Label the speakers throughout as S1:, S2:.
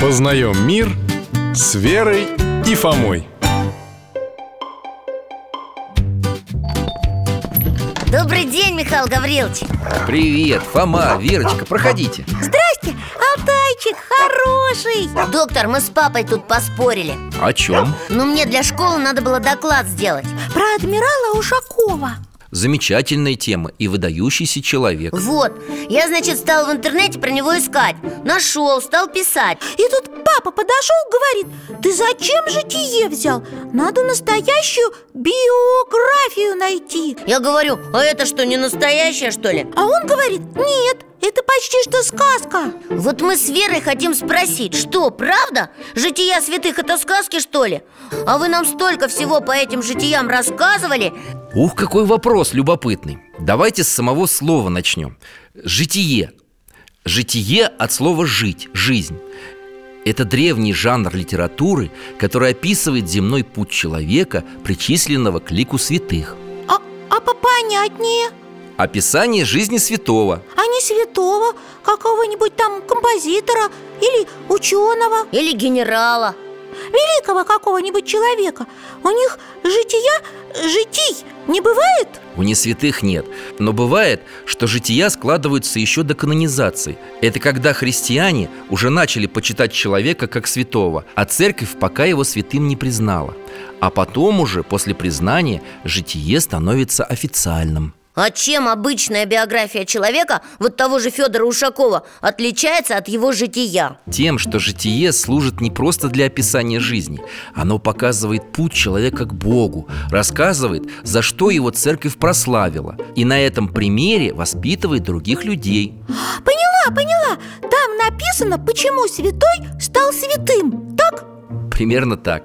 S1: Познаем мир с Верой и Фомой.
S2: Добрый день, Михаил Гаврилович
S3: Привет, Фома, Верочка, проходите
S4: Здрасте, Алтайчик, хороший
S2: Доктор, мы с папой тут поспорили
S3: О чем?
S2: Ну, мне для школы надо было доклад сделать
S4: Про адмирала Ушакова
S3: Замечательная тема и выдающийся человек
S2: Вот, я, значит, стал в интернете про него искать Нашел, стал писать
S4: И тут папа подошел, говорит Ты зачем житие взял? Надо настоящую биографию найти
S2: Я говорю, а это что, не настоящее, что ли?
S4: А он говорит, нет, это почти что сказка
S2: Вот мы с Верой хотим спросить, что, правда? Жития святых это сказки, что ли? А вы нам столько всего по этим житиям рассказывали
S3: Ух, какой вопрос любопытный Давайте с самого слова начнем Житие Житие от слова «жить», «жизнь» Это древний жанр литературы, который описывает земной путь человека, причисленного к лику святых
S4: А, а попонятнее?
S3: Описание жизни святого
S4: А не святого, какого-нибудь там композитора или ученого
S2: Или генерала
S4: Великого какого-нибудь человека У них жития, житий не бывает?
S3: У несвятых нет Но бывает, что жития складываются еще до канонизации Это когда христиане уже начали почитать человека как святого А церковь пока его святым не признала А потом уже, после признания, житие становится официальным
S2: А чем обычная биография человека, вот того же Федора Ушакова, отличается от его жития?
S3: Тем, что житие служит не просто для описания жизни Оно показывает путь человека к Богу Рассказывает, за что его церковь прославила И на этом примере воспитывает других людей
S4: Поняла, поняла Там написано, почему святой стал святым Так?
S3: Примерно так.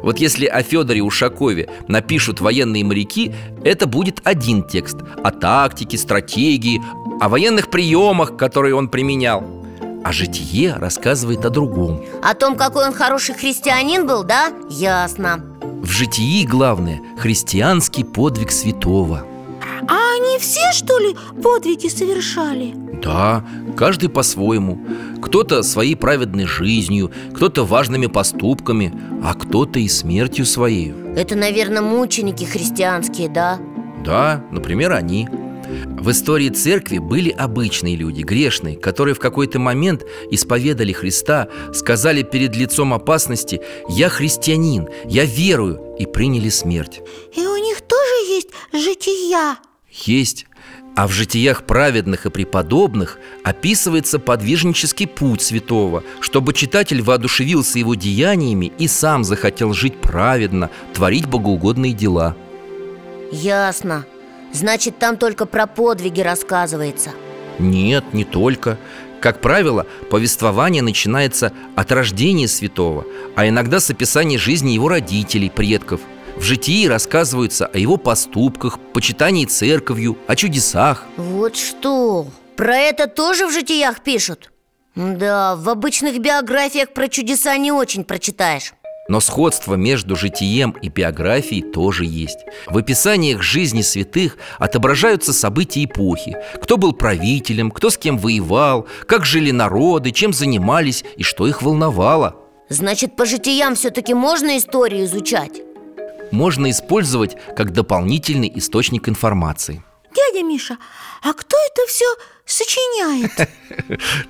S3: Вот если о Федоре Ушакове напишут военные моряки, это будет один текст о тактике, стратегии, о военных приемах, которые он применял. А житие рассказывает о другом.
S2: О том, какой он хороший христианин был, да? Ясно
S3: В житии главное христианский подвиг святого.
S4: А они все, что ли, подвиги совершали?
S3: Да, каждый по-своему. Кто-то своей праведной жизнью, кто-то важными поступками, а кто-то и смертью своей.
S2: Это, наверное, мученики христианские, да?
S3: Да, например, они. В истории церкви были обычные люди, грешные, которые в какой-то момент исповедали Христа, сказали перед лицом опасности «Я христианин, я верую» и приняли смерть.
S4: И у них тоже есть жития
S3: Есть. А в житиях праведных и преподобных описывается подвижнический путь святого, чтобы читатель воодушевился его деяниями и сам захотел жить праведно, творить богоугодные дела.
S2: Ясно Значит, там только про подвиги рассказывается
S3: Нет, не только. Как правило, повествование начинается от рождения святого, а иногда с описания жизни его родителей, предков. В житии рассказываются о его поступках, почитании церковью, о чудесах.
S2: Вот что Про это тоже в житиях пишут? Да, в обычных биографиях про чудеса не очень прочитаешь
S3: Но сходство между житием и биографией тоже есть. В описаниях жизни святых отображаются события эпохи. Кто был правителем, кто с кем воевал, как жили народы, чем занимались и что их волновало.
S2: Значит, по житиям все-таки можно историю изучать?
S3: Можно использовать как дополнительный источник информации.
S4: Дядя Миша, а кто это все сочиняет?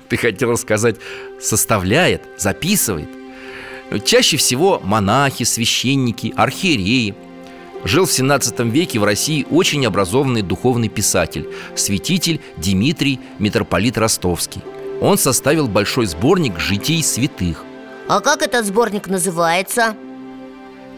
S3: Ты хотела сказать «составляет», «записывает». Чаще всего монахи, священники, архиереи. Жил в 17 веке в России очень образованный духовный писатель, святитель Дмитрий, митрополит Ростовский. Он составил большой сборник житий святых
S2: А как этот сборник называется?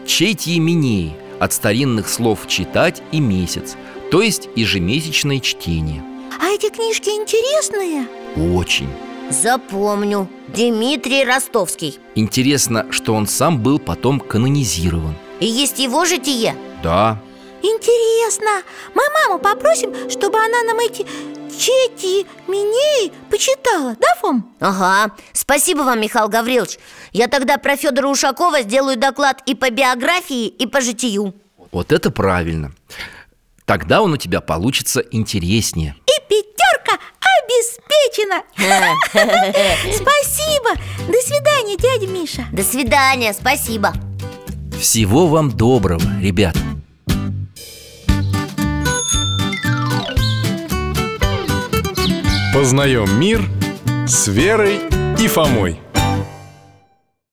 S3: «Чейте именеи» от старинных слов «читать» и «месяц», то есть ежемесячное чтение.
S4: А эти книжки интересные?
S3: Очень.
S2: Запомню Дмитрий Ростовский
S3: Интересно, что он сам был потом канонизирован.
S2: И есть его житие?
S3: Да,
S4: Интересно Мы маму попросим, чтобы она нам эти чети минеи почитала, да, Фом?
S2: Ага, спасибо вам, Михаил Гаврилович Я тогда про Федора Ушакова сделаю доклад и по биографии, и по житию
S3: вот это правильно. Тогда он у тебя получится интереснее.
S4: И пятерка обеспечена Спасибо! До свидания, дядя Миша
S2: До свидания, спасибо
S3: Всего вам доброго, ребят
S1: Познаем мир с Верой и Фомой.